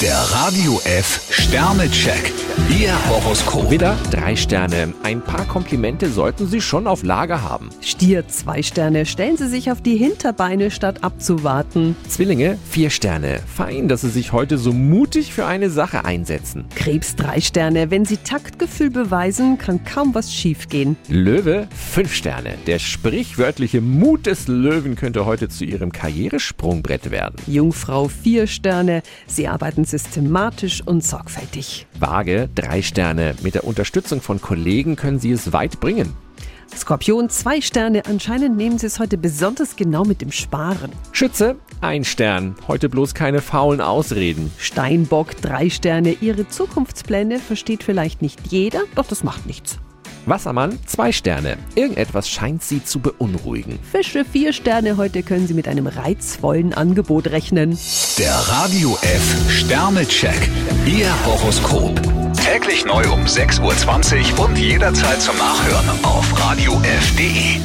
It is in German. Der Radio F Sternecheck. Ihr Horoskop. Widder, drei Sterne. Ein paar Komplimente sollten Sie schon auf Lager haben. Stier zwei Sterne, stellen Sie sich auf die Hinterbeine statt abzuwarten. Zwillinge, vier Sterne. Fein, dass Sie sich heute so mutig für eine Sache einsetzen. Krebs drei Sterne, wenn Sie Taktgefühl beweisen, kann kaum was schiefgehen. Löwe, fünf Sterne. Der sprichwörtliche Mut des Löwen könnte heute zu Ihrem Karrieresprungbrett werden. Jungfrau vier Sterne, Sie arbeiten systematisch und sorgfältig. Waage, drei Sterne. Mit der Unterstützung von Kollegen können Sie es weit bringen. Skorpion zwei Sterne, anscheinend nehmen Sie es heute besonders genau mit dem Sparen. Schütze, ein Stern. Heute bloß keine faulen Ausreden. Steinbock drei Sterne, Ihre Zukunftspläne versteht vielleicht nicht jeder, doch das macht nichts. Wassermann, zwei Sterne. Irgendetwas scheint Sie zu beunruhigen. Fische vier Sterne, heute können Sie mit einem reizvollen Angebot rechnen. Der Radio F Sternecheck. Ihr Horoskop. Täglich neu um 6.20 Uhr und jederzeit zum Nachhören auf Radio radiof.de.